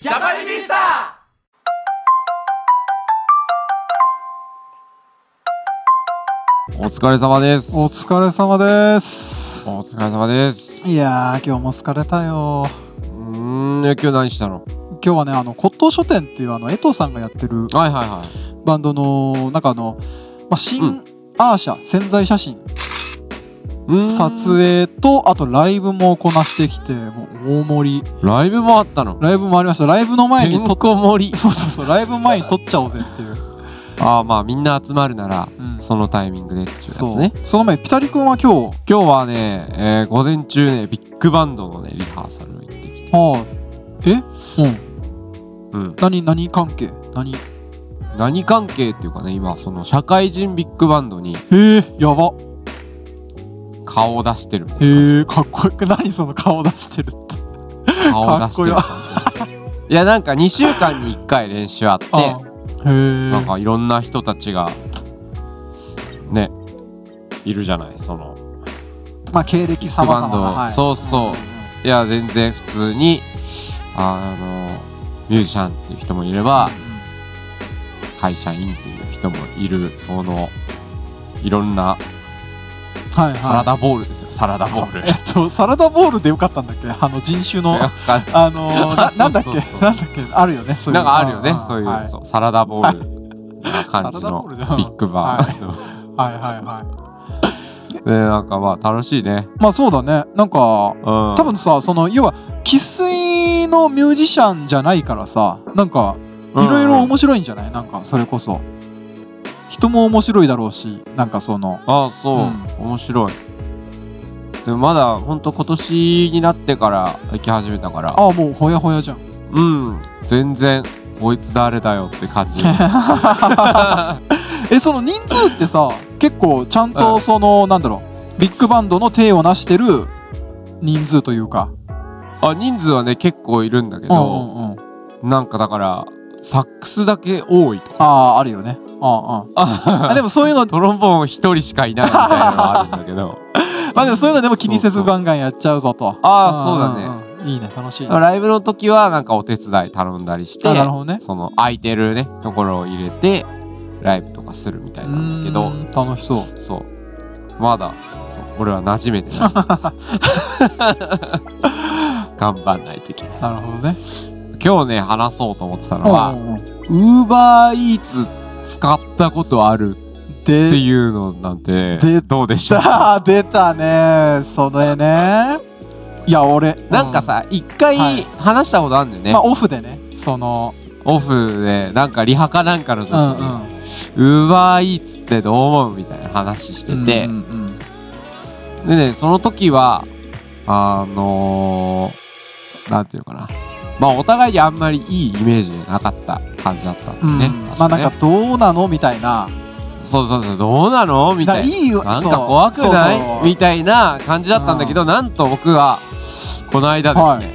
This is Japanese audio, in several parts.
ジャパニビスタお疲れ様です。お疲れ様です。お疲れ様です。いやー、今日も疲れたよ。うーん、え今日何したの今日はね、あの、骨董書店っていう、あの、江藤さんがやってるはいはいはバンドの、なんかあの、まあ、う新んアーシャ、潜在写真、い。うーん撮影と、あとライブもこなしてきて、もう大盛り。ライブもあったの。ライブもありました。ライブの前に撮とっ、こ盛り。そうそうそう、ライブ前に撮っちゃおうぜっていう。ああまあみんな集まるなら、うんそのタイミングでっていうやつそうね。その前、ピタリ君は今日、今日はね、えー午前中ね、ビッグバンドのね、リハーサルを行ってきて。はあ、えうん。うん。何、何関係何何関係っていうかね、今、その社会人ビッグバンドにええやば。顔を出してるみたいなへえ、かっこよく何その顔出してるって。顔を出してる感じ。いや、なんか2週間に1回練習あって、ああへえ。なんかいろんな人たちがねいるじゃないそのまあ経歴様々な、ビッグバンドはい、そうそうんんんいや全然普通にあのミュージシャンっていう人もいれば会社員っていう人もいるそのいろんなはいはいサラダボールですよ、サラダボール。えっとサラダボールでよかったんだっけあの人種のなんかあのー、な なんだっけそうそうそうなんだっけあるよねそういうなんかあるよねんそういう、はい、そうサラダボールな感じサラのダボールビじゃんッグバンド、はいはいはでなんかまあ楽しいね、いまあそうだねなんかうん、多分さその要は生粋のミュージシャンじゃないからさなんかいろいろうん面白いんじゃないなんかそれこそ人も面白いだろうしなんかそのああそう、う面白いでもまだほんと今年になってから行き始めたからああもうほやほやじゃんうん全然こいつ誰だよって感 じえその人数ってさ結構ちゃんとその、なんだろうビッグバンドの体をなしてる人数というかあ人数はね結構いるんだけうんうど、んうんなんかだからサックスだけ多いとかあああるよねああああでもそういうのトロンボーン一人しかいないみたいなのはあるんだけ どまあでもそういうのでも気にそせずうそうガンガンやっちゃうぞとああそうだねね、うんうんいいね楽しいねライブの時はなんかお手伝い頼んだりしてあなるほどねその空いてるねところを入れてライブとかするみたいなんだけどうーん楽しそうそうまだそう俺は馴染めてない 頑張んないといけないなるほどね今日ね話そうと思ってたのうはんうんうんウーバーイーツ使ったことあるってで いうのなんてでどうでしょうだ出たねそれねいや俺なんか、さ一回話したことあるんだようね、んまあオフでねそのオフでなんかリハかなんかの時うんうにんウーバーイーツってどう思うみたいな話してて、うんうんでね、その時は、あのー、なんていうのかな。まあ、お互いにあんまりいいイメージがなかった感じだったんだようんね。ま確あなかんねかどうなのみたいなそうそうそう、どうなのみたいだからいいよな。なんそうか怖くないそうそうみたいな感じだったんだけど、なんと僕は、この間ですね、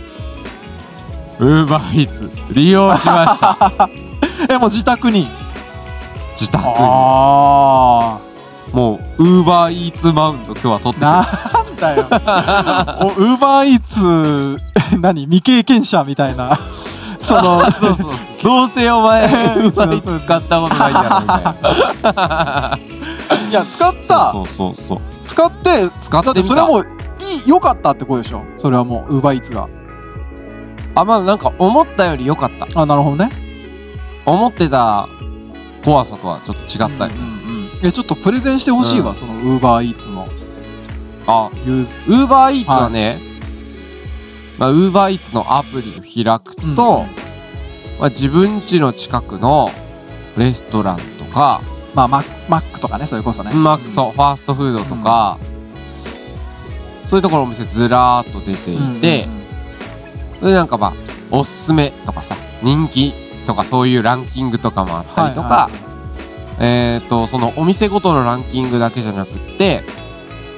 ウーバーイーツ利用しました。 えもう自宅に自宅に。あもう、ウーバーイーツマウント今日は取ってあくるなんだ よおウーバーイーツ何未経験者みたい なそのそうそうそう。どうせお前、ウ そうーそうバーイーツ使ったことないんだろ、みたいな。いや使ったそうそうそうそう。使って使ってみだったてそれはもういい良かったってことでしょそれはもうウーバーイーツがあ、まあなんか思ったより良かった。あなるほどね思ってた怖さとはちょっと違ったよね。うんうんうんいやちょっとプレゼンしてほしいわ、うんそのウーバーイーツのあ、ユーザウーバーイーツはね、まあウーバーイーツのアプリを開くと、うんまあ自分家の近くのレストランとか、まあマッマックとかねそれこそねまあそう、ファーストフードとか、そういうところお店ずらーっと出てういんうんうんて、それでなんかまあ、おすすめとかさ、人気とかそういうランキングとかもあったりとか、はいはいえっ、と、そのお店ごとのランキングだけじゃなくって、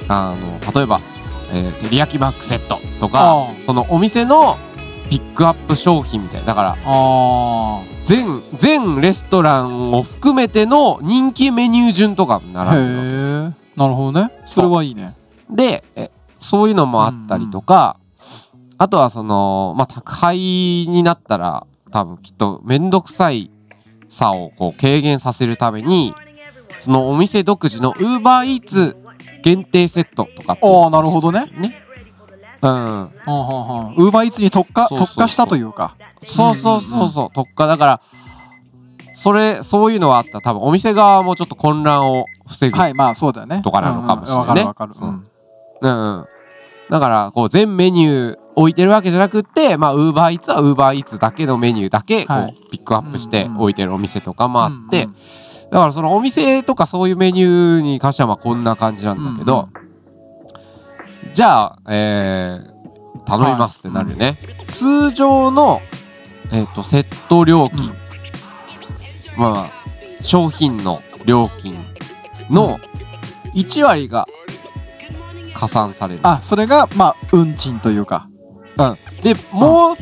あの、例えば、えー、照り焼きマックセットとか、あーそのお店のピックアップ商品みたいな。だから、あ全、全レストランを含めての人気メニュー順とかもあへ並んでるわえなるほどねそれはいいねけ。で、えそういうのもあったりとか、あとはその、まあ、宅配になったら、多分きっと面倒くさいさをこう軽減させるためにそのお店独自の UberEats 限定セットとかっていうああ、なるほどね。ね。うん。はんはんはん。ウーバーイーツに特化、そうそうそう特化したというか。そうそうそうそう、特化だから、それ、そういうのはあったら多分お店側もちょっと混乱を防ぐ。はい、まあそうだよね。とかなのかもしれないねうんうんわかるわかそる。ううんうんうん。だから、こう全メニュー置いてるわけじゃなくって、まあ、ウーバーイーツはウーバーイーツだけのメニューだけ、こ、はいうピックアップしてうんうん置いてるお店とかもあって、うんうんだからそのお店とかそういうメニューに関してはまあこんな感じなんだけど、じゃあ、えー、頼みますってなるよね。通常の、えっ、と、セット料金、まあまあ、商品の料金の1割が加算される。あ、それが、まあ、運賃というか。うん、で、もう、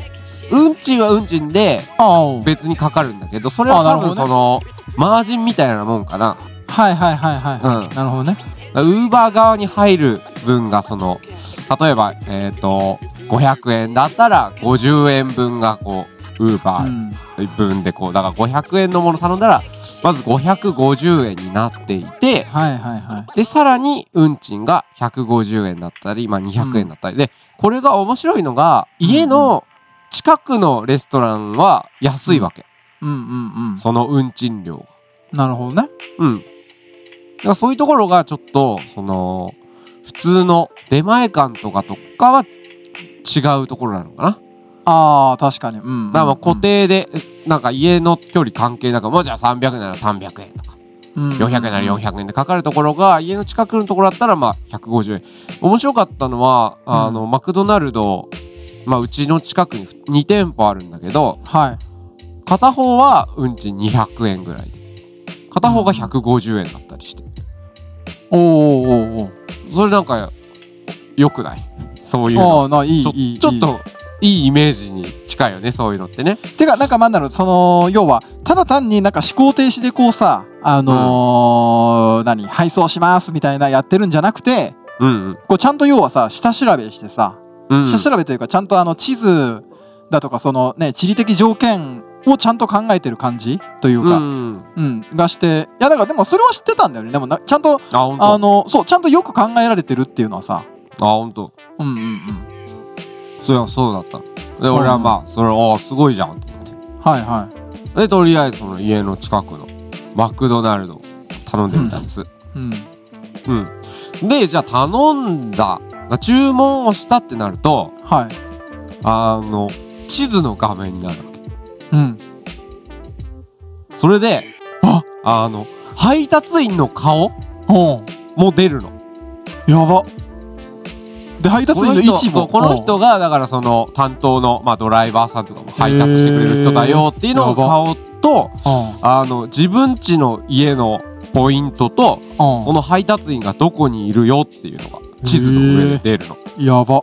運賃は運賃でああ、はい別にかかるんだけど、それはあな多るほど分そねの、マージンみたいなもんかな。はいはいはうんい。なるほどね。ウーバー側に入る分がその例えば、えー、と500円だったら50円分がこうウーバうんー分でこうだから500円のもの頼んだらまず550円になっていてはいはいはい。でさらに運賃が150円だったり、まあ、200円だったりでこれが面白いのが家の近くのレストランは安いわけうんうんうん。その運賃料が。なるほどね。うん。だからそういうところがちょっと、その、普通の出前館とかとかは違うところなのかな。だかああ、確かに。うんうんうん。らまあ固定で、なんか家の距離関係なく、もうじゃあ300円なら300円とか、うん、 400円なら400円でかかるところが、家の近くのところだったらまあ150円。面白かったのは、あの、マクドナルド、まあうちの近くに2店舗あるんだけど、はい。片方は運賃200円ぐらいで、片方が150円だったりして。おーおーおーそれなんか良くないそういうおのおああ、ないいちょいいいい。ちょっ。といいイメージに近いよねそういうのってねてか、なんか、なんだろう、その、要は、ただ単になんか思考停止でこうさ、あのー何、配送しますみたいなやってるんじゃなくて、うんうんこうちゃんと要はさ、下調べしてさ、うん下調べというか、ちゃんとあの地図だとか、そのね、地理的条件をちゃんと考えてる感じといううか、んうん、がして、いや、だからでもそれは知ってたんだよね。でもな、ちゃんと、あ本当あの、そう、ちゃんとよく考えられてるっていうのはさ、あ本当うんうんうん。それはそうだったで俺はまあそれあすごいじゃんと思ってはいはい。でとりあえずその家の近くのマクドナルド頼んでみたんですうん。うん、でじゃあ頼んだまあ注文をしたってなるとはい。あの地図の画面になるわけうん。それでああの配達員の顔おうも出るのやば。で、配達この員の人位置そも。うこの人がだからその担当の、まあ、ドライバーさんとかも配達してくれる人だよっていうのへをーやば顔とあの自分家の家のポイントとうん。その配達員がどこにいるよっていうのが地図の上で出るの。うん。やば。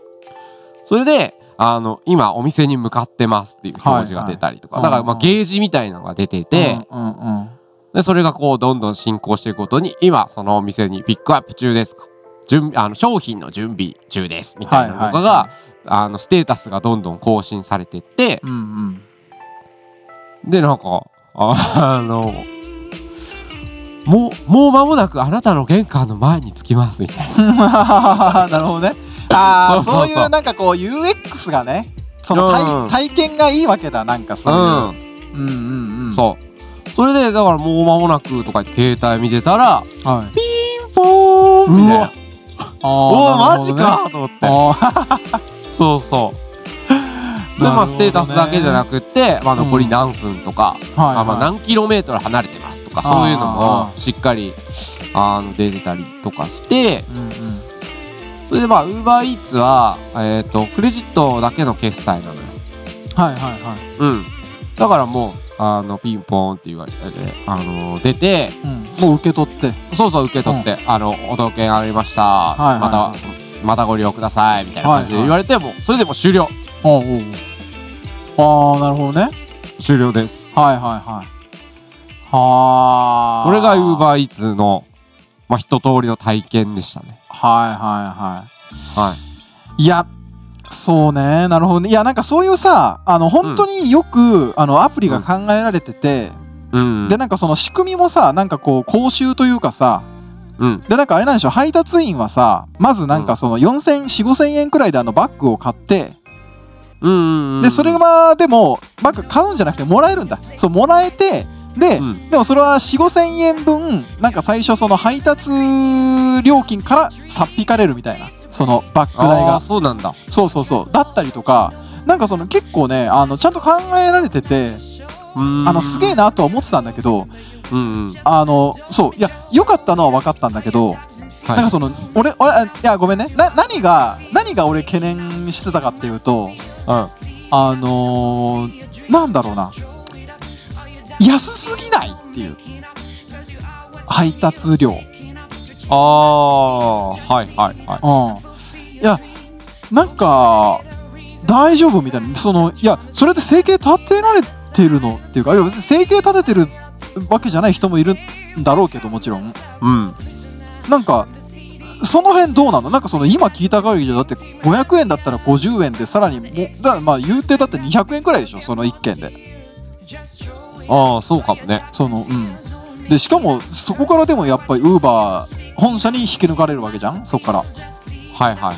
それであの今お店に向かってますっていう表示が出たりとか、はいはいだからまあうんゲージみたいなのが出てて、うんうんうん。でそれがこうどんどん進行していくことに今そのお店にピックアップ中ですか準あの商品の準備中ですみたいなのとかが、はいはいあのステータスがどんどん更新されてってうんうん。でなんかああのもうもう間もなくあなたの玄関の前に着きますみたいななるほどね。あそあ、うそそうそうういうなんかこう UX がね、そのうん体体験がいいわけだ、なんかそうういう。うんうんうん。そうそれでだからもう間もなくとか言って携帯見てたらう。はい。ピンポーンみたいなあおおあ、マジかと思ってああ、そう そう。で、まあ、なるほどねステータスだけじゃなくって、まあ、残り何分とか、はいあまあ、はい何キロメートル離れてますとか、そういうのあもしっかり、あの、出てたりとかして、うんうん。それでまあ、ウーバーイーツは、えっ、と、クレジットだけの決済なのよ。はいはいはい。うん。だからもう、あの、ピンポーンって言われて、あの、出て、うん。もう受け取って。そうそう受け取って、あの、お届けありました。いはいまはた、またご利用ください、みたいな感じで言われて、もう、それでもう終了。おうおうああ、なるほどね。終了です。はいはいはい。はあ。これが Uber ー。 Eats の、まあ、一通りの体験でしたね。はいはいはい。はいや、そうね、なるほどね。いや、なんかそういうさ、あの、本当によく、あの、アプリが考えられてて、うんで、なんかその仕組みもさ、なんかこう、講習というかさ、うんで、なんかあれなんでしょう、配達員はさ、まずなんかその4000、4、5000円くらいであのバッグを買って、うんうんうんで、それがでも、バッグ買うんじゃなくてもらえるんだ。そう、もらえて、で、うんでもそれは4、5000円分、なんか最初その配達料金からさっ引かれるみたいな、そのバッグ代あがあ。そうなんだそうそうそうだったりとかなんかその結構ねあのちゃんと考えられててああのすげえなとは思ってたんだけどうんうんあのそういや良かったのは分かったんだけど、はいなんかその俺俺あいやごめんねな何が何が俺懸念してたかっていううとあのーなんだろうな安すぎないっていう配達料んああはいはいはいうん、いやなんか大丈夫みたいなそのいやそれで生計立てられてるのっていうかいや別に生計立ててるわけじゃない人もいるんだろうけどもちろんうんなんかその辺どうなのなんかその今聞いた限りじゃだって500円だったら50円でさらにもだからまあ言うてだって200円くらいでしょその1件でああそうかもねそのうんでしかもそこからでもやっぱりウーバー本社に引き抜かれるわけじゃんそっからはいは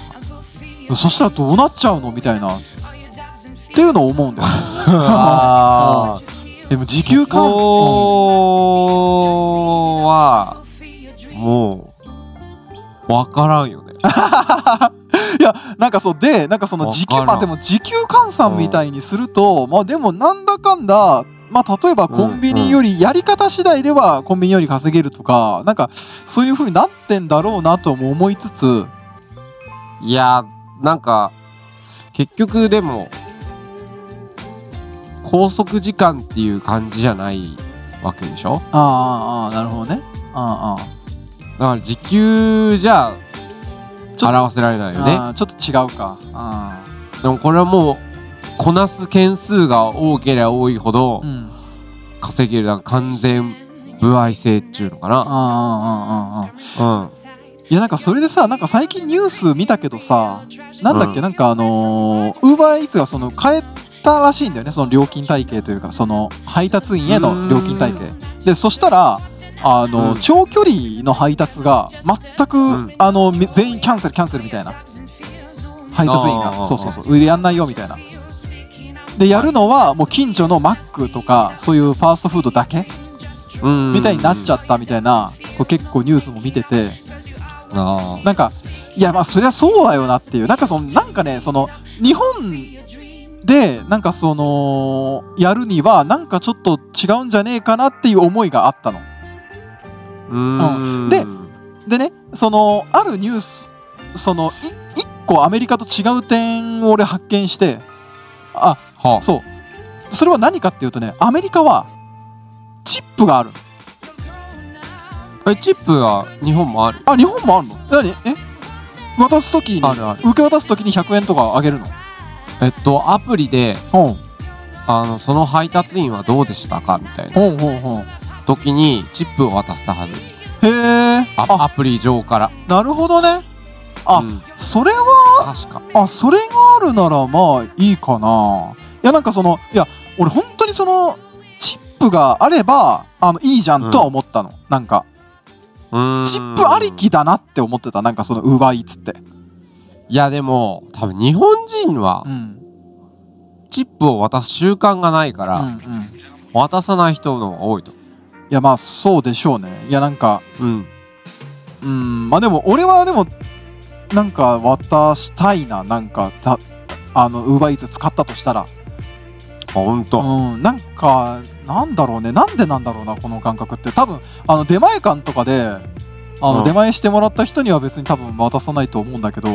いそしたらどうなっちゃうのみたいなっていうのを思うんだよね あでも時給こ換うんこはもうわからんよねいやなんかそうでなんかその時わから給んまあでも時給換算みたいにすると、まあでもなんだかんだまあ例えばコンビニよりやり方次第ではコンビニより稼げるとかなんかそういう風になってんだろうなとも思いつつうんいやなんか結局でも拘束時間っていう感じじゃないわけでしょああああなるほどねあだから時給じゃちょっと表せられないあよあねああちょっと違うかあでもこれはもうこなす件数が多ければ多いほあどうん稼げるなんか完全不愛性っちゅうのかあなああああああうあんいやなんかそれでさなんか最近ニュース見たけどさなんだっけ、うんなんかあのウーバーイーツがその変えたらしいんだよねその料金体系というかその配達員への料金体系でそしたらあの、うん長距離の配達が全く、うんあのみ全員キャンセルキャンセルみたいな配達員あがーそうそうそうやんないよみたいなでやるのはもう近所のマックとかそういうファーストフードだけうんみたいになっちゃったみたいなこう結構ニュースも見てて。あーなんかいやまあそりゃそうだよなっていうなんかそのなんかねその日本でなんかそのやるにはなんかちょっと違うんじゃねえかなっていう思いがあったのうーんででねそのあるニュースそのい一個アメリカと違う点を俺発見してあはそうそれは何かっていうとねアメリカはチップがあるあえチップは日本もあるあ日本もあるの何え渡す時にあるある受け渡す時に100円とかあげるのえっとアプリでほんあのその配達員はどうでしたかみたいなほんほんほん時にチップを渡したはずへえああアプリ上からなるほどねあうんそれは確かあそれがあるならまあいいかないやなんかそのいや俺本当にそのチップがあればあのいいじゃんとは思ったの、なんかうーんチップありきだなって思ってたなんかそのウーバーイーツっていやでも多分日本人はうんチップを渡す習慣がないかうんら、うんい渡さない人の方が多いと。やまあそうでしょうねいやなんかうん。うんまあでも俺はでもなんか渡したいななんかたあのウーバーイーツ使ったとしたらあ、ほんと。うん、なんかなんだろうねなんでなんだろうなこの感覚って多分あの出前館とかであの、うん出前してもらった人には別に多分渡さないと思うんだけど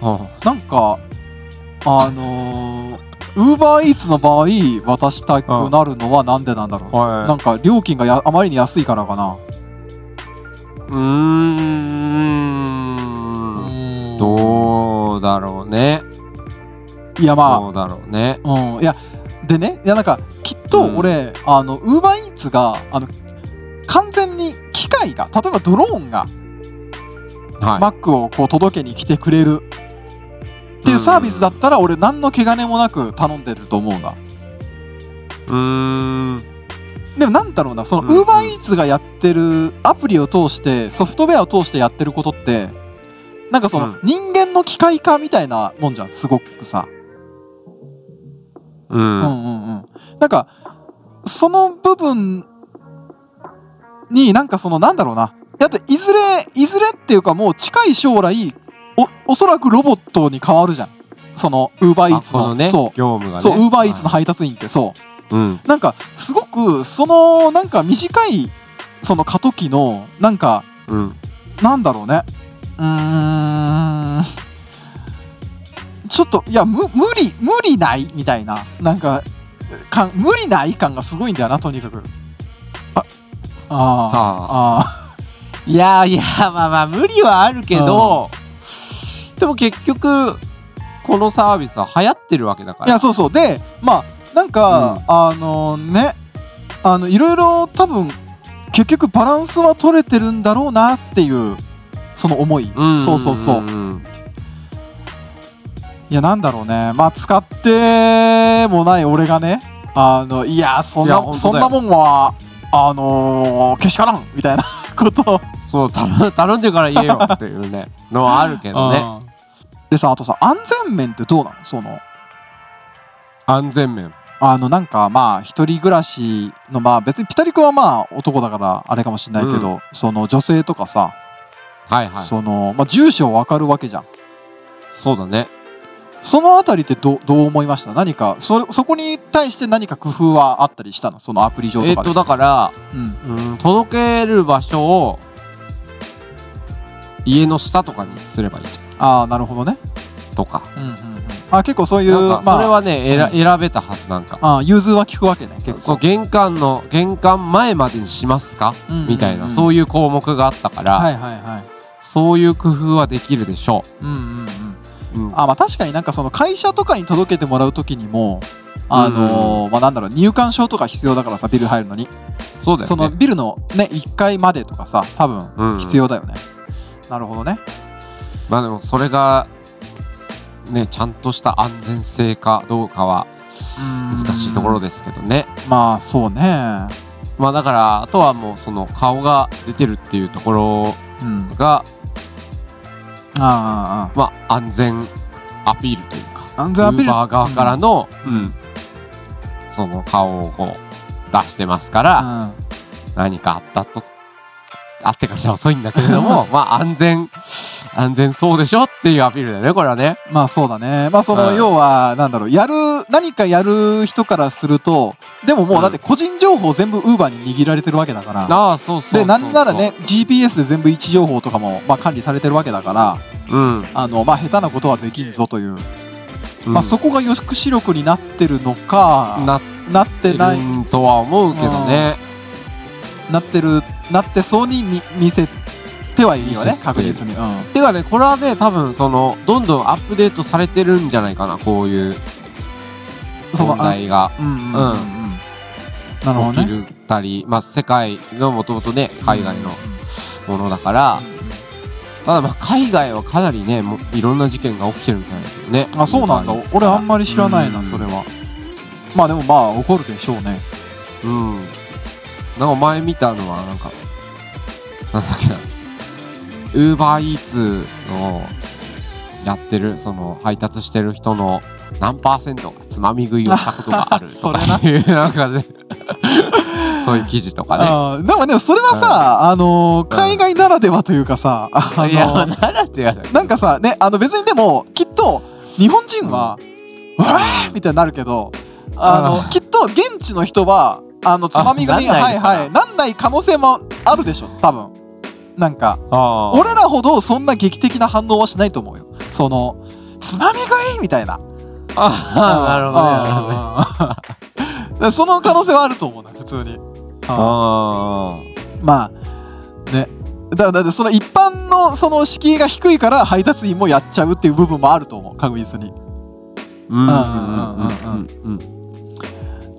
はなんかあのウーバーイーツの場合渡したくなるのはなんでなんだろう、あなんか料金がやあまりに安いからかなうーん。どうだろうね。いやまあどうだろうね。うん、いやでねいやなんかきっと俺、あのウーバーイーツがあの完全に機械が例えばドローンがはい。マックをこう届けに来てくれるっていうサービスだったら俺何の気兼ねもなく頼んでると思うなうーんでもなんだろうなそうのんウーバーイーツがやってるアプリを通してソフトウェアを通してやってることってなんかそうのん人間の機械化みたいなもんじゃんすごくさううんんうんうんなんかその部分になんかそのなんだろうなだっていずれいずれっていうかもう近い将来おおそらくロボットに変わるじゃんそのウーバーイーあツこののね業そう務がねそうウーバーイーツの配達員ってそううんなんかすごくそのなんか短いその過渡期のなんかうんなんだろうねうーんちょっといやむ無理無理ないみたいななんかか無理ない感がすごいんだよなとにかくああはああいやいやまあまあ無理はあるけど、でも結局このサービスは流行ってるわけだかあいらやそうそうでまあなんか、うんあのねあのいろいろ多分結局バランスは取れてるんだろうなっていうその思い、んそうそうそうんんいやなんだろうねまあ使ってもない俺がねあのいやそんいやな本そ当んだなよもんはあのー、けしからんみたいな ことを、そう頼 頼んでから言えよっていうねのはあるけどねでさあとさ安全面ってどうなのその安全面あのなんかまあ一人暮らしのまあ別にピタリ君はまあ男だからあれかもしれないけど、その女性とかさ、はいはいそその、まあ、住所わかるわけじゃんうだねそのあたりってどどう思いました何かそそこに対して何か工夫はあったりしたのそのアプリ上えとっかで、とだからうんうん届ける場所を家の下とかにすればいいじゃああなるほどねんとかうんうんうんあ結構そういうなんかそれまはね、まあ選選べたはずなんかああ融通は聞くわけね結構そう玄関の玄関前までにしますかうんうんうんみたいなそういう項目があったから、はいはいはいそういう工夫はできるでしょうんうんうんう、うんあまあ確かになんかその会社とかに届けてもらう時にもあのーまあなんだろう入館証とか必要だからさビル入るのにそうだよねそのビルのね1階までとかさ多う分ん必要だよね、なるほどねまあでもそれがねちゃんとした安全性かどうかは難しいところでですけどねまあそうねまあだからあとはもうその顔が出てるっていうところうんがあああまあ安全アピールというかあ安全アピーウルーバー側からの、うんその顔をこう出してますから、うん何かあったとあってからじゃ遅いんだけれどもまあ安全安全そうでしょっていうアピールだよねこれはね。まあそうだね。まあその、うん要は、なんだろう、やる、何かやる人からすると、でももうだって個人情報全部 Uber に握られてるわけだから。ああそうそうそうで、なんならね、GPS で全部位置情報とかも、まあ、管理されてるわけだから、うん、あの、まあ、下手なことはできんぞという。うんまあ、そこが抑止力になってるのか、なっなっててない、るとは思うけどねなってる、なってそうに見見せてはいるよ見せねて、確実に。うん。てかねこれはね多分そのどんどんアップデートされてるんじゃないかなこういうその、問あ題がうんうんうんうん。なるほど起ね。きたり、まあ世界のもともとね海外のものだから、ただまあ海外はかなりねもういろんな事件が起きてるみたいだけどねあそうなんだ海外ですか俺らあんまり知らないなうんそれはまあでもまあ怒るでしょうねうんなんか前見たのはなんかなんだっけなウーバーイーツのやってるその配達してる人の何パーセントがつまみ食いをしたことがある そとれかないうなんかね そういう記事とかねあーでもねそれはさあのー海外ならではというかさあのいや、 まあーならではだけどなんかさねあの別にでもきっと日本人はうわーみたいになるけどあうのきっと現地の人はあのつまみ食いあがなんなはいいのかなはいなんない可能性もあるでしょ多分なんかあー俺らほどそんな劇的な反応はしないと思うよそのつまみ食いみたいなあーなるほどねなるほどねど ね。その可能性はあると思うな、普通に。あーまあ、ね。だだってその一般のその敷居が低いから配達員もやっちゃうっていう部分もあると思う、確実に。うんうんうんうんうんうん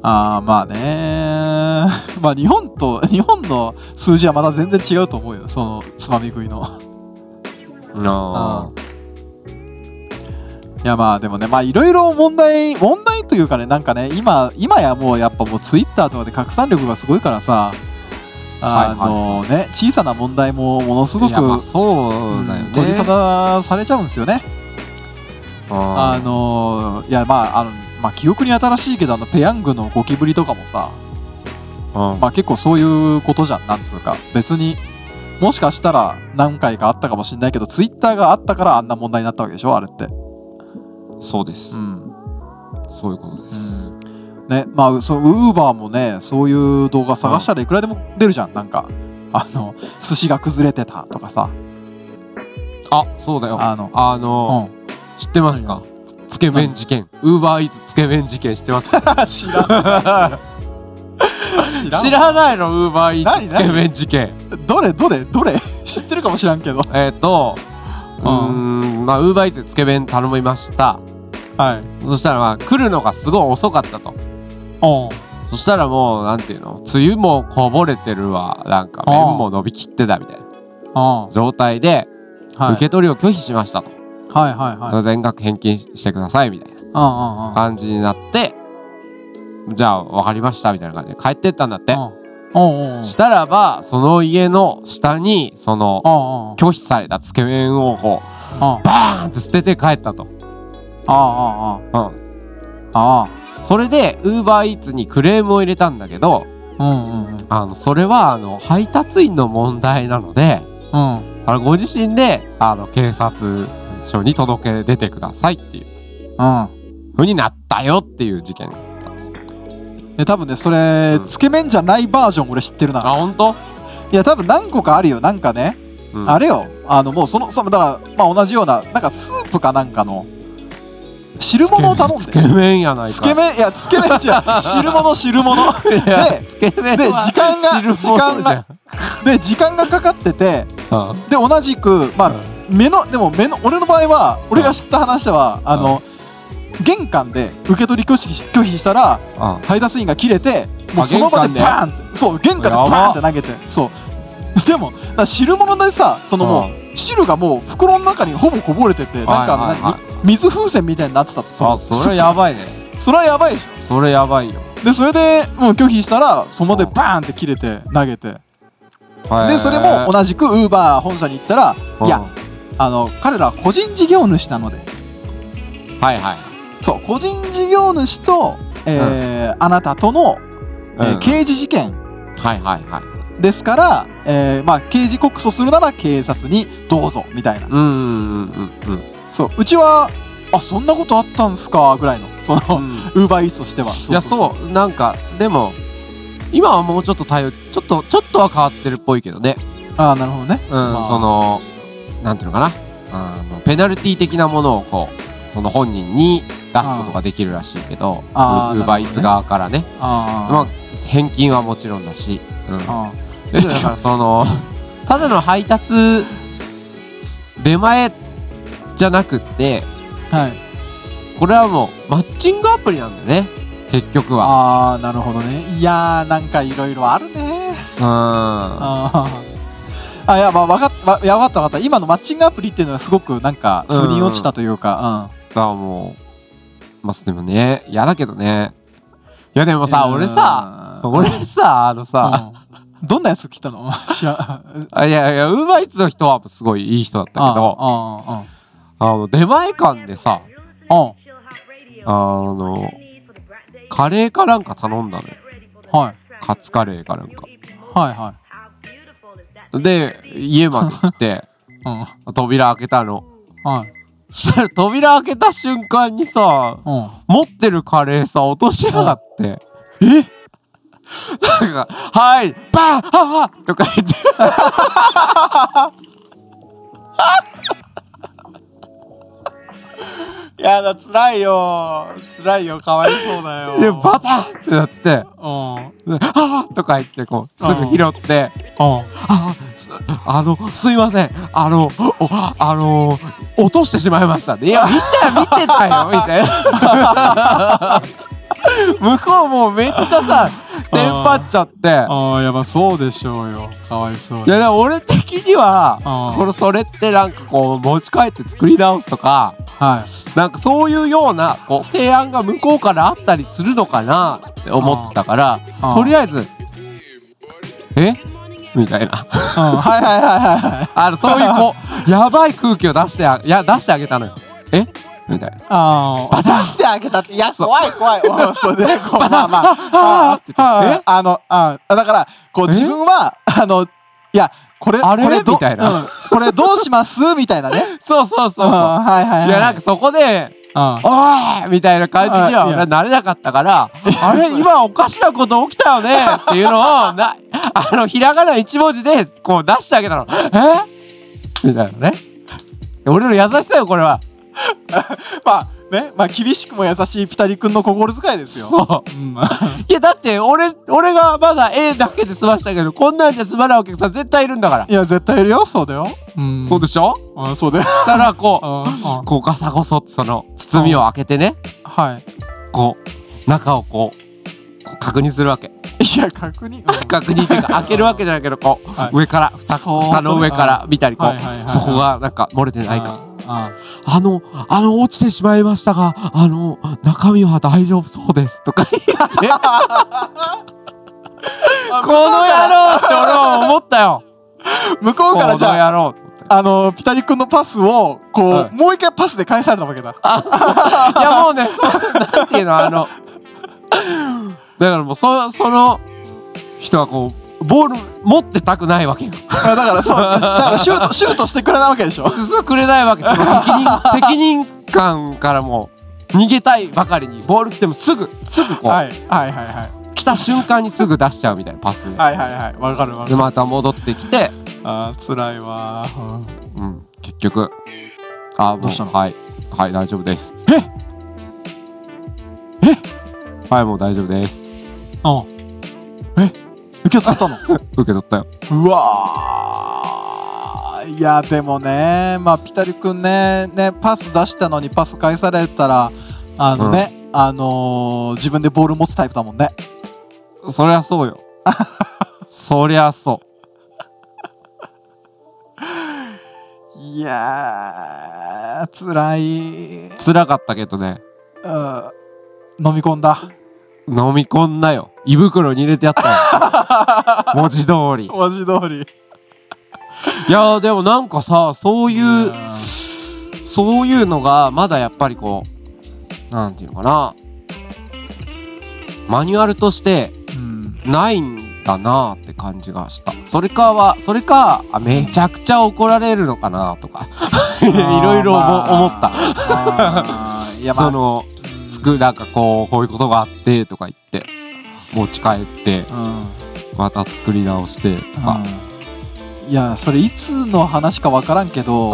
ああ、まあね。 まあ日本と、 日本の数字はまだ全然違うと思うよ、そのつまみ食いの。うんあー いやまあでもねまあいろいろ問題問題というかねなんかね今今やもうやっぱもうツイッターとかで拡散力がすごいからさあのね小さな問題もものすごいくやまあそうだようんね。取り沙汰されちゃうんですよね。ああのいやまああのまあ記憶に新しいけどあのペヤングのゴキブリとかもさのまあ結構そういうことじゃんなんつうか別にもしかしたら何回かあったかもしれないけどツイッターがあったからあんな問題になったわけでしょあれって。そうです、んそういうことです。ねまあそのウーバーもねそういう動画探したらいくらでも出るじゃんなんかあの寿司が崩れてたとかさあ、そうだよ。あのあうの、ん知ってますかつけ麺事件。ウーバーイーツつけ麺事件 知ってます 知らん知知ららんないのウーバーイー何ツつけ麺事件。どれどれどれ 知ってるかも知らんけどえっと、ううんーん、まあ、ウーバーイーツつけ麺頼みました。はいそしたら、まあ、来るのがすごい遅かったと。おんそしたらもう、なんていうの、梅雨もこぼれてるわ。なんか、麺も伸びきってたみたいなおん状態で、はい受け取りを拒否しましたと。はいはいはい全額返金してくださいみたいなうん感じになって、じゃあ、わかりましたみたいな感じで帰ってったんだって。うんうんうんうんうんしたらば、その家の下に、その、うんうん拒否されたつけ麺をこう、あバーンって捨てて帰ったと。あああうん。ああそれで、ウーバーイーツにクレームを入れたんだけど、うんうんうんあの、それは、あの、配達員の問題なので、うんあの、ご自身で、あの、警察署に届け出てくださいっていううん風になったよっていう事件だったんです。え多分ねそれうんつけ麺じゃないバージョン俺知ってるなあ、ほんといや多分何個かあるよなんかねうんあれよ、あのもうその、そのだから、まあ同じような、なんかスープかなんかの、汁物を頼んつでけ。麺やないか。つけ麺、いや、つけ麺じゃ汁物、汁物。いやでつけ麺では時間が汁物じゃんで、時間がかかってて、うんで、同じく、まあ、目の、でも目の、俺の場合は、俺が知った話では、あの、玄関で受け取り拒否し拒否したら、うん配達員が切れて、もうあその場玄関ででバーンって、そう、玄関でやばバーンって投げて、そう。でも、だから汁物でさ、そのもう、汁がもう袋の中にほぼこぼれてて、なんかあのはいはいはい何水風船みたいになってたとさ、あ、それやばいね。それはやばいじゃそれやばいよ。ん。で、それでもう拒否したら、その場でバーンって切れて、投げて。で、それも同同じく、ウーバー本社に行ったら、いや、はあの、彼らは個人事業主なので、いはい。そう、個人事業主と、えーあなたとの、えーうん刑事事件はいはいはい。ですから、えーまあ、刑事告訴するなら警察にどうぞみたいなうんうんうんうんそううちはあそんなことあったんすかぐらいのその、うん。ウーバーイーツとしてはいやそうなんかでも今はもうちょっと対応ちょっとちょっとは変わってるっぽいけどね、ああなるほどねうんまあそのなんていうのかなあのペナルティ的なものをこうその本人に出すことができるらしいけどウあーーバーイーツな側からねまああ返金はもちろんだし、うん、ー、あでだからそのただの配達出前じゃなくってあはいこれはもうマッチングアプリなんだよね結局はああなるほどねいやーなんかいろいろあるねうんあーあいやまあわかっわいやわかったわかった今のマッチングアプリっていうのはすごくなんかうん腑に落ちたというかだからもうまあでもね嫌だけどねいやでもうんさ俺さうん俺さあのさ、うんどんなやつ来たの知らんあーあいやいやウーバーイーツの人はすごいいい人だったけどああーあーの出前館でさうんあのカレーかなんか頼んだのよはいカツカレーかなんかはいはで家まで来て い。うん。扉開けたのはい。そしたら扉開けた瞬間にさうん。持ってるカレーさ落としやがってえなんか「はいバーははとか言ってやだ、辛いよ。辛いよ。かわいそうだよ。でバタンってなってうん。うん。 「ああ!」とか言ってこうすぐ拾って「ああすあのすいませんあのおあの落としてしまいました」で「いや見たよ見てたよ」みたいな 向こうもうめっちゃさテンパっちゃっていやああやばそうでしょうよかわいそうでも俺的にはあーこのそれってなんかこう持ち帰って作り直すとかはいなんかそういうようなこう提案が向こうからあったりするのかなって思ってたからあーとりあえず「えみたいなうんはいはいはいはいはいあのそういうこう やばい空気を出してあいや出してあげたのよ「えみたいなああバタンしてあげたって、いや、怖い 怖い。おうそれ で、こう、まあまあ。あーあーはいあのあーだからこうえ自分はあのいやこれあれこれどみたいなうんこれどうしますみたいなね そうそうそうそううんはいはいはいいやなんかそこでうんおいみたいな感じにはあい俺やはなれなかった から、あれ今おかしなこと起きたよねっていうのを、な、 あの、ひらがな一文字でこう出してあげたの。えみたいなね。俺の優しさよ、これは。まあねまあ厳しくも優しいピタリ君の心遣いですよそう。うん まあいや、だって俺、俺がまだ A だけで済ましたけど、こんなんじゃ済まないお客さん絶対いるんだから。いや絶対いるよそうだようんそうでしょあそうだ よしたら、こああう、こうガサゴソってその、包みを開けてね、はいこう、中をこう、こう確認するわけ。 いや確認うん確認っていうか開けるわけじゃないけどこう、はい上から蓋そーっとね蓋の上から見たりこう、はいはいはいはいそこがなんか漏れてないかあああのあの落ちてしまいましたがあの中身は大丈夫そうですとか言って この野郎あって俺は思ったよ向こうからじこゃあの野郎って思ったよあのピタリ君のパスをこう、はいもう一回パスで返されたわけ だいやもうねそうなんていうのあのだからもうそその人はこうボール持ってたくないわけよあだ からそうだからシュートシュートしてくれないわけでしょ続くれないわけ その責任責任感からも逃げたいばかりにボール来てもすぐすぐこう、はいはいはいはい来た瞬間にすぐ出しちゃうみたいなパスで,、はいはいはいわかるわかでるまた戻ってきて、あー辛いわーうん、結局あーもどうしたうのはいはい大丈夫ですえはいもう大丈夫です うんえ受け取ったの受け取ったようわーいやでもねまあピタリ君ねねパス出したのにパス返されたらあのね、あのー、自分でボール持つタイプだもんねそりゃそうよ そりゃそういやー辛い辛かったけどねうん飲み込んだ飲み込んだよ胃袋に入れてやったよ 文字通り文字通りいやーでもなんかさそういう、んそういうのがまだやっぱりこうなんていうのかなマニュアルとしてうんないんだなって感じがしたそれかはそれかあめちゃくちゃ怒られるのかなと かいろいろ思,、思ったた いやまあそのつくなんかこうこういうことがあってとか言って持ち帰ってうんまた作り直してとか、うんいやそれいつの話か分からんけど、うん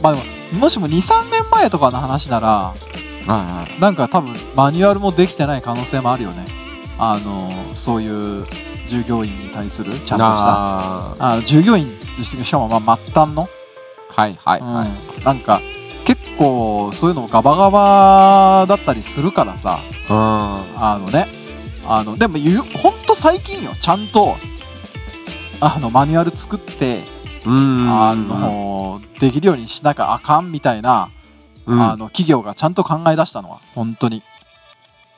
まあでももしも23年前とかの話ならはいはいなんか多分マニュアルもできてない可能性もあるよねあのそういう従業員に対するちゃんとしたああ従業員ですしかもまあ末端の、ーはいはいはい、うんなんか結構そういうのガバガバだったりするからさうんあのねあのでもゆほんと最近よちゃんとあのマニュアル作ってうんあのできるようにしなきゃあかんみたいな、うんあの企業がちゃんと考え出したのは本当に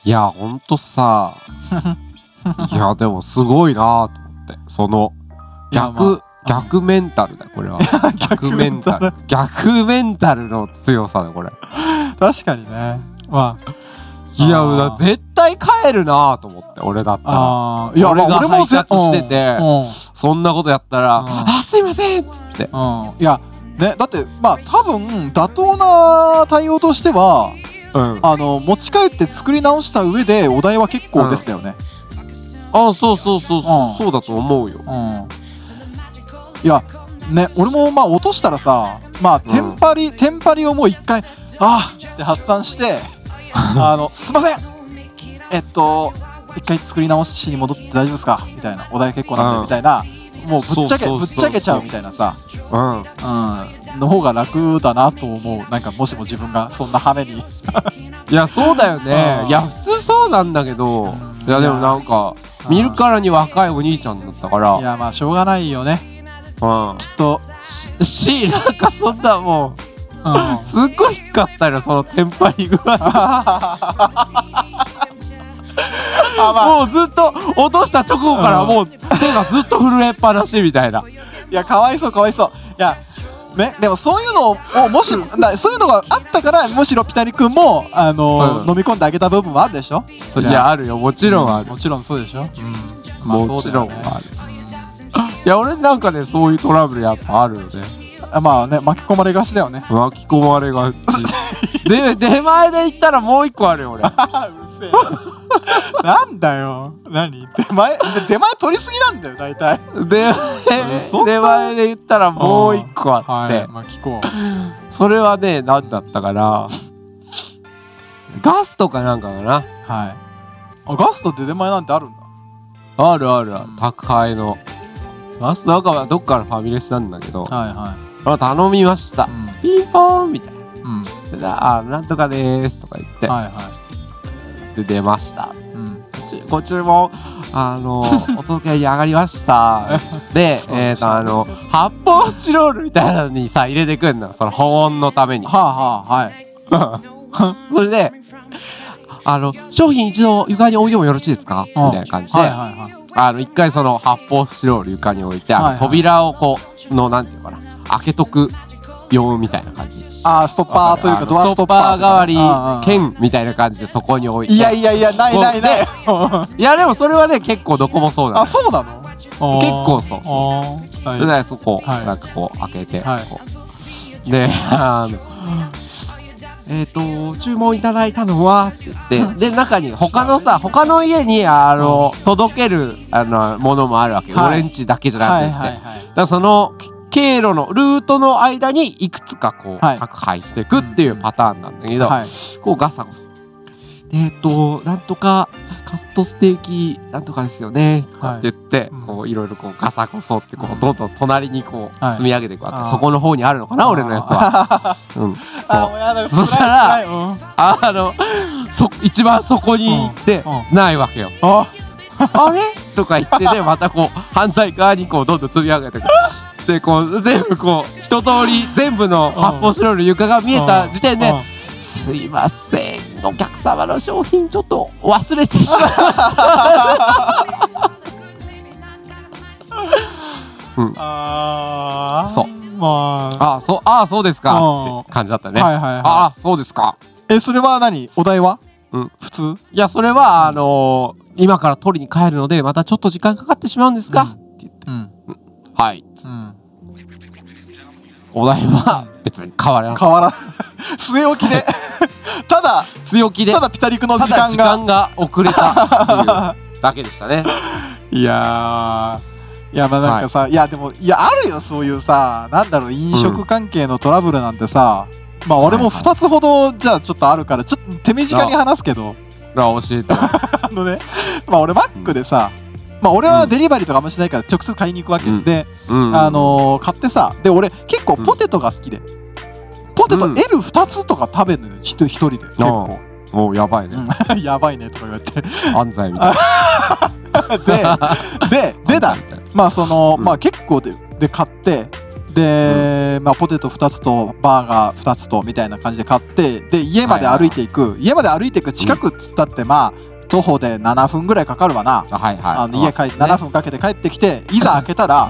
いや、ほんとさ。 いや、でもすごいなと思って。その、逆、いやま逆メンタルだ、こ れは。あ逆メンタル。逆メンタルの強さだ、これ。 確かにねまあいや、あーだ絶対帰るなと思って、俺だったら。あーいや俺がまあ配達しててうんうんそんなことやったら、うんあ、すいませんっつって。うんいやねだってまあ多分妥当な対応としてはうん。あの持ち帰って作り直した上でお題は結構ですだよね、あ、そうそうそうそうう、んそうだと思うよ。うんいやね俺もまあ落としたらさまあテンパり、テンパりをもう一回あーって発散して あのすいませんえっと一回作り直しに戻って大丈夫ですかみたいなお題結構なんうんでみたいなもうぶっちゃけそうそうそうそうぶっちゃけちゃうみたいなさ、うん。うん、の方が楽だなと思うなんかもしも自分がそんな羽目にいやそうだようねんいや普通そうなんだけどいやでもなんかうん見るからに若いお兄ちゃんだったからいやまあしょうがないよねうんきっと、しなんかそんなもうん、 うすっごい光ったよそのテンパり具合あまあもうずっと落とした直後からもう手がずっと震えっぱなしみたいないやかわいそうかわいそういやね、でもそういうのをもしなそういうのがあったからむしろピタリ君も、あのうん飲み込んであげた部分もあるでしょそいりゃやあるよもちろんあるもちろんそうでしょ、まあもちろんそうだよねある いや俺なんかねそういうトラブルやっぱあるよねあまあね巻き込まれがちだよね 巻き込まれがち で出前で言ったらもう一個あるよ俺あうるせえ なんだよ何出前で出前取りすぎなんだよ大体 出え前そんな出前で言ったら もう一個あっはて、いまあ聞こそれはね何だったかなガストかなんかかなうはいあガストって出前なんてあるんだあるあるある宅配のガストなんかはどっかのファミレスなんだけどはいはあ頼みましたいピンポーンみたいなうん、うん、はいでなあなんとかでーすとか言って、はで出ましたい、うん、ご注文あのお届けに上がりま したでそうえっ、とあの発泡スチロールみたいなのにさ入れてくんのその保温のために はあはあはいそれであの商品一度床に置いてもよろしいですかみうんたいな感じで、はいはいはいあの一回その発泡スチロール床に置いて、あのはいはい扉をこうのなんていうのかな開けとく用みたいな感じあーストッパーというあかのドアストッパーストッ代とかわねり剣みたいな感じでそこに置いていやいやいやないないないいやでもそれはね結構どこもそうなの あそうなの結構そうそうそうそれはでそこ、はいなんかこう開けて、はいこうであのえっ、と注文いただいたのはって言 ってで中に他のさ他の家にあの届けるあのものもあるわけ、はいオレンジだけじゃいなくはて、いはいはいだからその経路のルートの間にいくつかこう、はい宅配していくっていうパターンなんだけど、はいこうガサゴサ。えっ、と、なんとか、カットステーキ、なんとかですよね、とかって言って、はいうんこう、いろいろこう、ガサゴソって、こうう、んどんどん隣にこう、はい積み上げていくわけ。あーそこの方にあるのかな、俺のやつは。 うん。そう。あもうやだそしたら辛い辛いうんああの、そ、一番そこに行ってうん、ないわけよ。 ああれとか言って ね、またこう、反対側にこう、どんどん積み上げていく。で、こう、全部こう、一通り、全部の発泡スチロール床が見えた時点で、うんすいませんお客様の商品ちょっと忘れてしまいまあーそうま あああそうああそうですうんかって感じだったね、はいはいはあいあそうですかえそれは何お題はうん普通いやそれはあのー今から取りに帰るのでまたちょっと時間かかってしまうんですが、って言ってうんはいうんお題は別に変わらない変わら 据え 置きでただ強気でただピタリクのた時だ間時が間が遅れたっていうだけでしたねいやーいやまあなんかさ、い、やでもいやあるよそういうさなんだろう飲食関係のトラブルなんてさ、まあ俺も2つほどじゃあちょっとあるからちょっと手短に話すけど な教えてよあのねまあ俺マックでさ、まあ俺はデリバリーとかあんましないから直接買いに行くわけうんで、うんあのー買ってさで俺結構ポテトが好きで、ポテトうん L2 つとか食べるのよ一人一人で結構、もうやばいね、うん やばいねとか言われて安西みたいでででなだま あその、うんまあ結構でで買ってで、まあポテト2つとバーガー2つとみたいな感じで買ってで家まで歩いていく、家まで歩いていく近くっつったってまあ徒歩で7分ぐらいかかるわな、あはいはいあの家帰そうね7分かけて帰ってきていざ開けたら、うん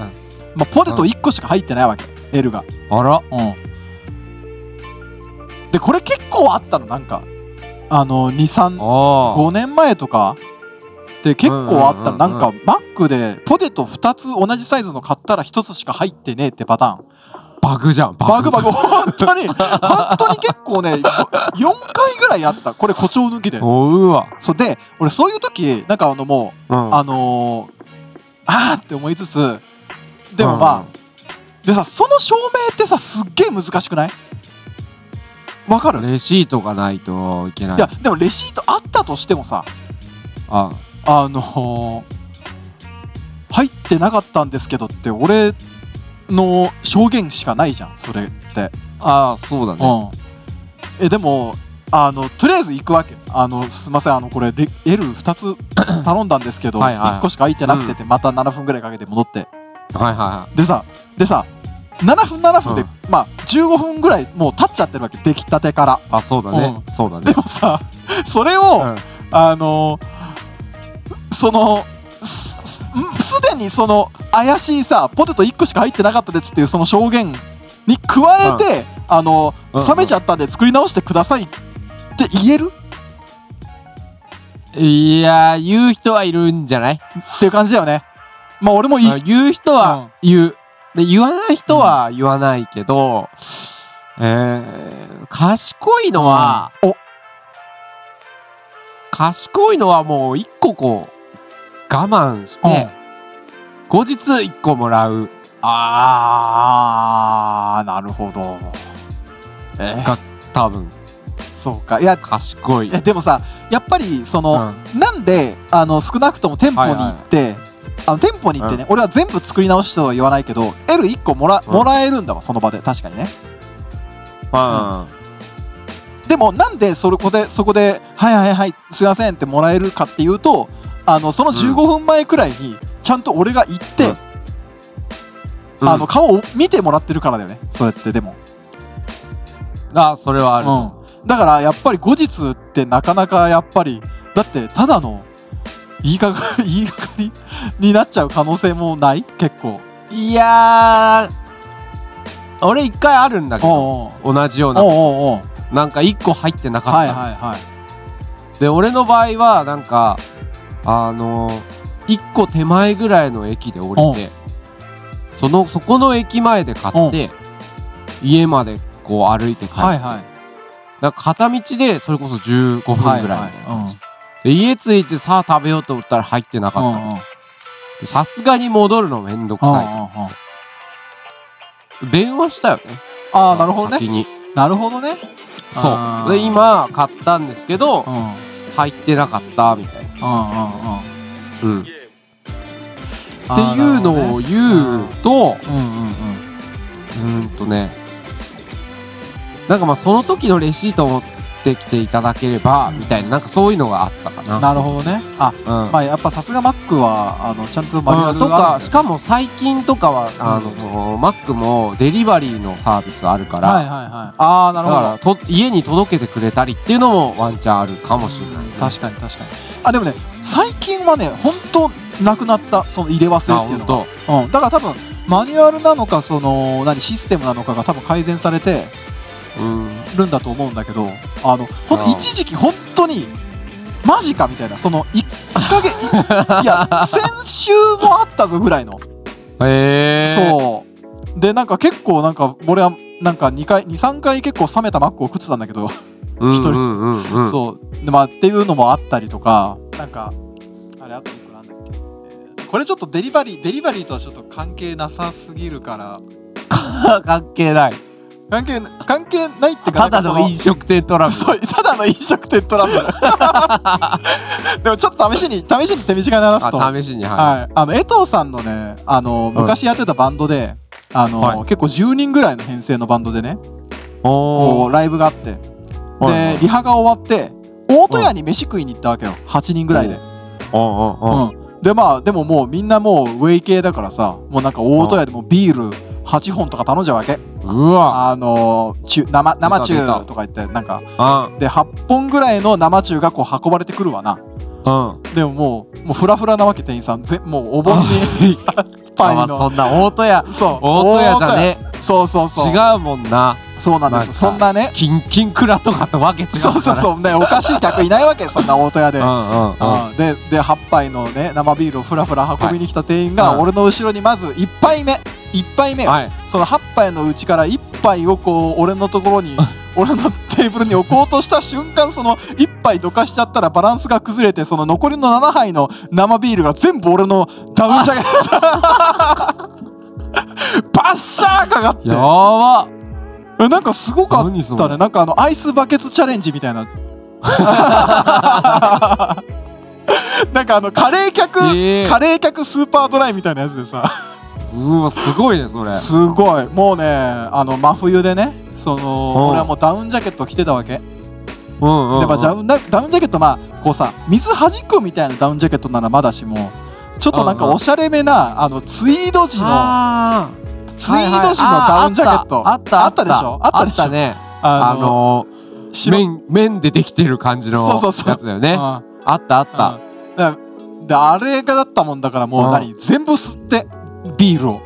まあ、ポテト1個しか入ってないわけ L が、あらうん、でこれ結構あったのなんかあの23あー5年前とかで結構あっうたんうんうんうのんなんかマックでポテト2つ同じサイズの買ったら1つしか入ってねえってパターンバグじゃんバグバグ本当に本当に結構ね4回ぐらいあったこれ誇張抜きでおうわ、そうで俺そういう時なんかあのもううんあのー、あーって思いつつでもまあ、でさその証明ってさすっげえ難しくないわかうるんレシートがないといけないいやでもレシートあったとしてもさああのー入ってなかったんですけどって俺の証言しかないじゃんそれって、ああそうだねうん、えでもあのとりあえず行くわけあのすいませんあのこれ L2 つ頼んだんですけどはいはい1個しか空いてなくてて、また7分ぐらいかけて戻ってはいはいはでさでさ7分7分で、うんまあ15分ぐらいもう経っちゃってるわけ出来たてからいあそうだねそうだねでもさそれを、うんあのそのすすすでにその怪しいさポテト1個しか入ってなかったですっていうその証言に加えて、あのうんうん冷めちゃったんで作り直してくださいって言えるいやー、言う人はいるんじゃないっていう感じだよねまあ俺もいい、あ言う人は言う。で、言わない人は言わないけど、えー、賢いのは、お賢いのはもう一個こう、我慢して、うん後日一個もらうあーなるほどえーか多分そうかいや賢いえでもさやっぱりその、なんであの少なくとも店舗に行って、あの店舗に行ってね、俺は全部作り直しとは言わないけど L1 個もら,、うんもらえるんだわその場で確かにねうんでもなんでそこでそこで「はいはいはいすいません」ってもらえるかっていうとあのその15分前くらいにちゃんと俺が行って、うんあの顔を見てもらってるからだよねそれってでも、あそれはあるうん、だからやっぱり後日ってなかなかやっぱりだってただの言いかか言いがかり になっちゃう可能性もない結構いやー、俺一回あるんだけど、おうおう同じようおうなおうおうなんか1個入ってなかった、はいはいはいで俺の場合はなんかあの1個手前ぐらいの駅で降りてそのそこの駅前で買って家までこう歩いて帰って、はいはいなんか片道でそれこそ15分はいぐらいはみたいな感じ、いで家着いてさあ食べようと思ったら入ってなかったのうんうんでさすがに戻るのめんどくさいとうんうんうん電話したよねああなるほどね先になるほどねあそーうで今買ったんですけどうんうんうん入ってなかったみたいな、うんうんうん、っていうのを言うと、うんうんうんうーんとねなんかまあその時のレシートを持ってきていただければみたいななんかそういうのがあったかななるほどねあうんまあやっぱさすがマックはあのちゃんとマニュアあルとがあかるんだよしかも最近とかはあの、マックもデリバリーのサービスあるから、はいはいはいああなだるほどからと家に届けてくれたりっていうのもワンチャンあるかもしれない、ね、確かに確かにあでもね最近はねほんとなくなったその入れ忘れっていうのがあ本うん、だから多分マニュアルなのかその何システムなのかが多分改善されて当うんるんだと思うんだけどあの本あ当ー一時期本当にマジかみたいなその1ヶ月い や先週もあったぞぐらいの、へえそうでなんか結構なんか俺はなんか2回23回結構冷めたマックを食ってたんだけど、うん一人うんうんうんうんそうでまあっていうのもあったりとかなんかあれあと1個なんだっけえーこれちょっとデリバリーデリバリーとはちょっと関係なさすぎるから 関係ない。関係関係ないっていうかただの飲食店トラブル。そうただの飲食店トラブル でもちょっと試しに試しに手短に話すとあ試しにははい、あの江藤さんのねあの昔やってたバンドで、あのはい結構10人ぐらいの編成のバンドでねいおこおうライブがあってで、はいはいリハが終わって大戸屋に飯食いに行ったわけよ8人ぐらいで、おうおうおううん、でまあでももうみんなもうウェイ系だからさもうなんか大戸屋でもビール8本とか頼んじゃうわけうわあの中生出生た出中たとか言ってなんかあで8本ぐらいの生中がこう運ばれてくるわなうんでももうもうフラフラなわけ店員さんぜもうお盆にパあイまあのそんな大戸屋。そう大戸屋じゃね大戸屋そうそうそう違うもんなそうなんでなんすかそんなねキンキンクラとかとわけ違うそうそううそうねおかしい客いないわけそんな大戸屋でうんうんうんうんでで8杯のね生ビールをふらふら運びに来た店員が、はいうん俺の後ろにまず1杯目1杯目、はいその8杯のうちから1杯をこう俺のと ころに俺のテーブルに置こうとした瞬間その1杯どかしちゃったらバランスが崩れてその残りの7杯の生ビールが全部俺のダウンジャケッ トバッシャーかかってやばっえなんかすごかっ何そたれねなんかあのアイスバケツチャレンジみた いな なんかあのカレー客、えーカレー客スーパードライみたいなやつでさうわすごいねそれすごいもうねあの真冬でねその俺はもうダウンジャケット着てたわけうんうんでまあ、ダウンダダウンジャケットまあこうさ水弾くみたいなダウンジャケットならまだしもちょっとなんうかんうんおしゃれめなあのツイード地のあツイード地のダウンジャケットあったあったでしょあったでしょあったねああのの白麺麺でできてる感じのそうそうそうやつだよねうんあったあったうんだであれがだったもんだからもううん何全部吸ってビールをう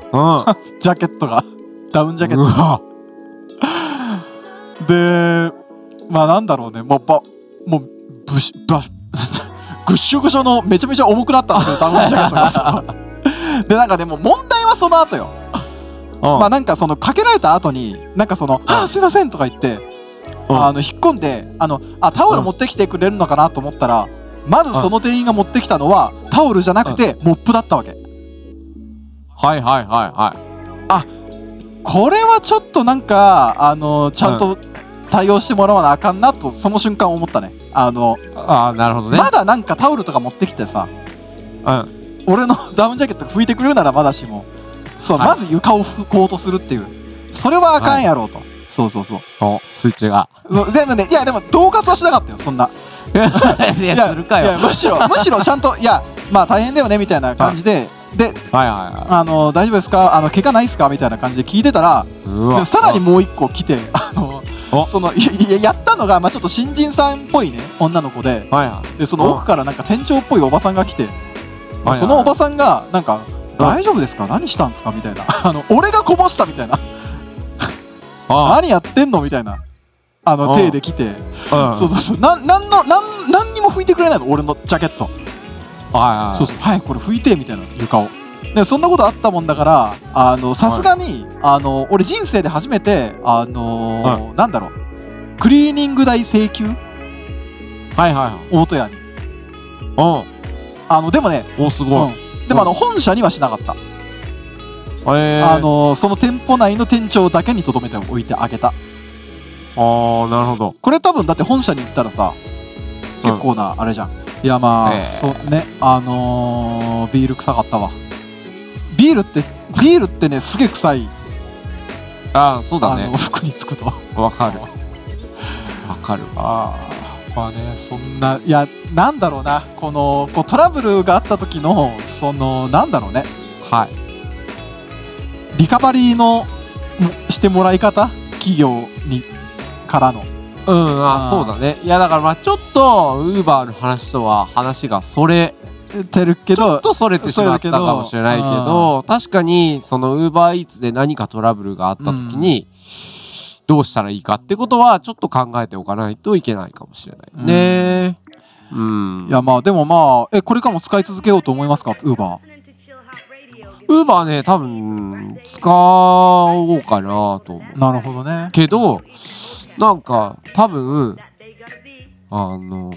ジャケットがダウンジャケんッうわトでまあなんだろうねもうばもうぶしば ぐっしょぐしょのめちゃめちゃ重くなったんだけどダウンジャケットがさでなんかでも問題はその後よまあなんかそのかけられた後になんかその「あーすいません」とか言ってうんあの引っ込んであのあタオル持ってきてくれるのかなと思ったらまずその店員が持ってきたのはタオルじゃなくてモップだったわけはいはいはいはいこれはちょっとなんかあのちゃんと対応してもらわなあかんなとその瞬間思ったねあのああなるほどねまだなんかタオルとか持ってきてさうん俺の ダウンジャケット拭いてくれるならまだしもそうはいまず床を拭こうとするっていうそれはあかんやろうとそうそうそうおスイッチがそう全部ねいやでも恫喝はしなかったよそ んないやするかいやよむ しろむしろちゃんといやまあ大変だよねみたいな感じで、ではいはあの大丈夫ですかあの怪我ないですかみたいな感じで聞いてたらいはいうわでさらにもう一個来てあのおそのいいややったのが、まあ、ちょっと新人さんっぽいね女の子ではいはいでその奥からなんか店長っぽいおばさんが来て、まあはいはいそのおばさんがなんか「大丈夫ですか何したんですか?」みたいな 「あの俺がこぼした」みたいな「あ何やってんの?」みたいなあうのん手で来てあそうそうそうなんなんのなんなんにも拭いてくれないの俺のジャケット。はいはいそうそう、はい、これ拭いてみたいな床を。でそんなことあったもんだから、あのさすがに、あの俺人生で初めて、あのーなんだろう。クリーニング代請求、はいはい大屋に。はいあのでもね、うんおすうごいん、でもあの本社にはしなかった。ええあのその店舗内の店長だけにとどめておいてあげた。ああなるほどこれ多分だって本社に行ったらさ、結構なあれじゃん。いやまあ、ええそうね、あのービール臭かったわ。ビールってビールってねすげえ臭い、ああそうだあねの服につくと。わかるわかるああまあねそんないやなんだろうなこのこうトラブルがあった時のそのなんだろうねはいリカバリーのんしてもらい方企業にからのうんああーそうだねいやだからまあちょっとウーバーの話とは話がそれてるけちょどっとそれてしまったかもしれないけど確かにそのウーバーイーツで何かトラブルがあった時に、どうしたらいいかってことはちょっと考えておかないといけないかもしれないねうんいやまあでもまあえこれからも使い続けようと思いますかウーバーウーバーね多分使おうかなと思うなるほどねけどなんか多分あの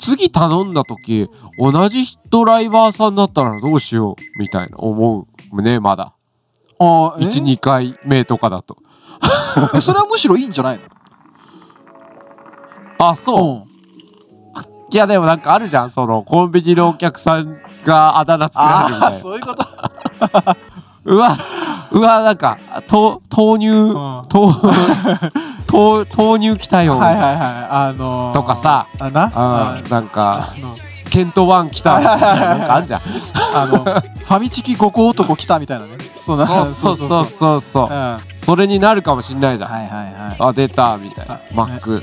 次頼んだ時同じドライバーさんだったらどうしようみたいな思うねまだああえ12回目とかだとえそれはむしろいいんじゃないのあそう、んいやでもなんかあるじゃんそのコンビニのお客さんがあだ名つけられるみああたいなそういうことうわうわなんかと豆乳、と豆豆乳来たよ、はいはいはいあのー、とかさあなああーなんかのケントワン来たみたいななんかあんじゃんあのファミチキ5個男来たみたいなねそうなそうそうそうそうそううんそれになるかもしんないじゃん、はいはいはあ出たみたいなあマック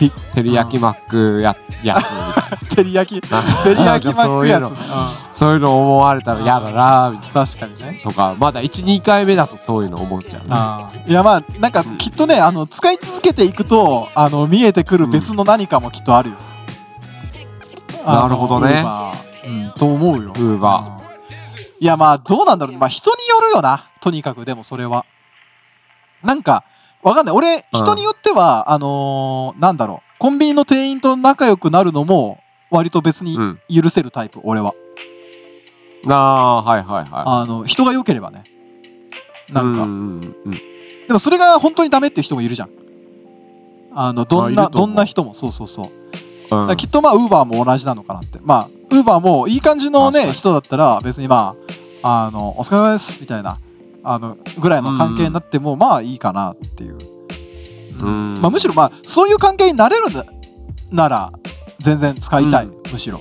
ビッ照り焼きマックややつみたいい。照り焼き、な照り焼きマックやつ、なんねか。そういうの思われたら嫌だなみたいうん確かにね。なとかまだ12回目だとそういうの思っちゃうねあーいやまあなんかきっとねあの使い続けていくとあの見えてくる別の何かもきっとあるよ。あのなるほどね。 Uber うんと思うよ。ウーバうんいやまあどうなんだろう。まあ人によるよな。とにかくでもそれは。なんかわかんない。俺うん人によっては、あのーなんだろうコンビニの店員と仲良くなるのも割と別にうん許せるタイプ、俺は。ーなあはいはいはあの人が良ければねいなんか、うんうんうんでもそれが本当にダメって人もいるじゃんあのどんあないると思どうんな人もそうそうそう、うんだからきっとまあウーバーも同じなのかなってまあウーバーもいい感じの確かねに人だったら別にまああのお疲れ様ですみたいなあのぐらいの関係になっても、まあいいかなっていう、うんまあ、むしろまあそういう関係になれるななら全然使いたい、うんむしろ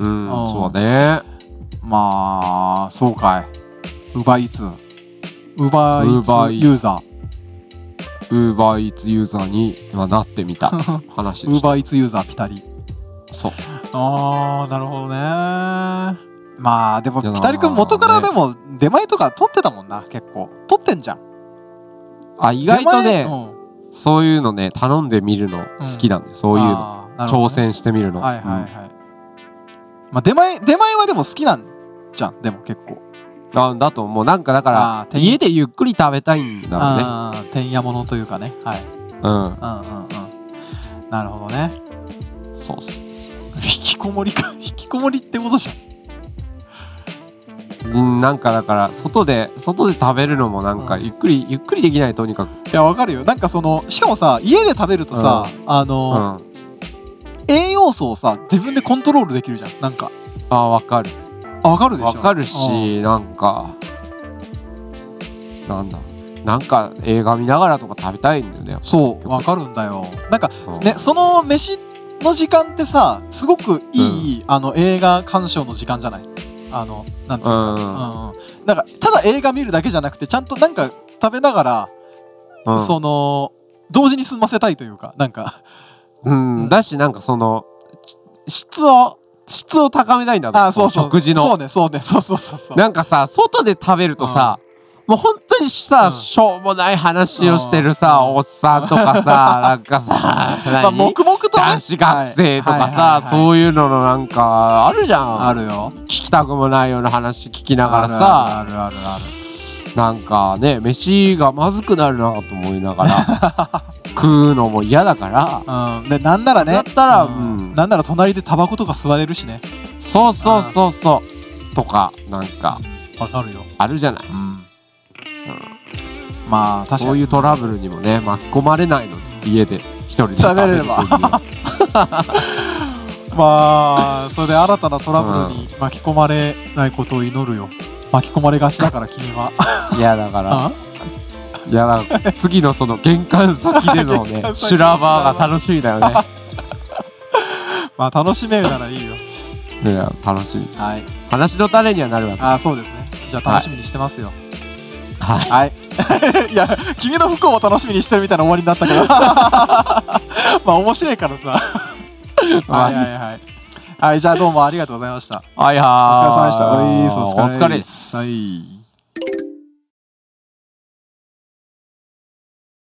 うんあーそうねまあそうかいウーバーイーツウーバ Uber ー Eats イーツユーザウーバーイーツユーザーにまあなってみた話ーウでーし たバーイーツユーザーピタリそうあーなるほどねまあでもいやピタリ君元からでも出前とか取ってたもんな結構取ってんじゃんあ意外と出ね前うんそういうのね頼んでみるの好きなんで、そういうのあーなるほどね挑戦してみるの、はいはいはい、まあ出前出前はでも好きなんじゃんでも結構うんあだと思うなんかだあーから店員家でゆっくり食べたいんだああーてんやものというかねはいろうねうんうんうんなるほどねう んそうそうそう引きこもりか 引きこもりってことじゃんうんなんかだから外で外で食べるのもなんかうんゆっくり、ゆっくりできないとにかくいやわかるよなんかそのしかもさ家で食べるとさ、あうの、んあ栄養素をさ自分でコントロールできるじゃんなんかーわかるあわかるでしょわかるうんしなんかなんだろうなんか映画見ながらとか食べたいんだよねそうわかるんだよなんかうんねその飯の時間ってさすごくいい、あの映画鑑賞の時間じゃないあのなんつううのんうんうんなんかただ映画見るだけじゃなくてちゃんとなんか食べながうら、んその同時に済ませたいというかなんかうん、だしなんかその質を質を高めたいんだとあそうそう食事のそうねそうねそうそうそうそうなんかさ外で食べるとさ、もう本当にさ、うんしょうもない話をしてるさ、うんおっさんとか さなんかさ、まあ何黙々とね男子学生とかさ、はいはいはいはいそういうののなんかあるじゃんあるよ聞きたくもないような話聞きながらさあるあるあるあるなんかね飯がまずくなるなと思いな がら食うのも嫌だからうん、でなんならねだったらうんうんなんなら隣でタバコとか吸われるしねそうそうそうそうとかなんかわかるよ、あるじゃないうん、まあ確かにそういうトラブルにもね巻き込まれないのに家で一人で食べれれば食べる分にはまあそれで新たなトラブルに巻き込まれないことを祈るよ巻き込まれがちだから君 はいやだからいやだから次のその玄関先での玄ね関先の修羅場が楽しみだよね まあ楽しめるならいいよいや楽しみはい話の種にはなるわけあそうですねじゃあ楽しみにしてますよはいはいい や君の不幸を楽しみにしてるみたいな終わりになったけど まあ面白いからさはいはいはいはいじゃあどうもありがとうございましたはいはお疲れ様ーでした。おいお疲れお疲れですはい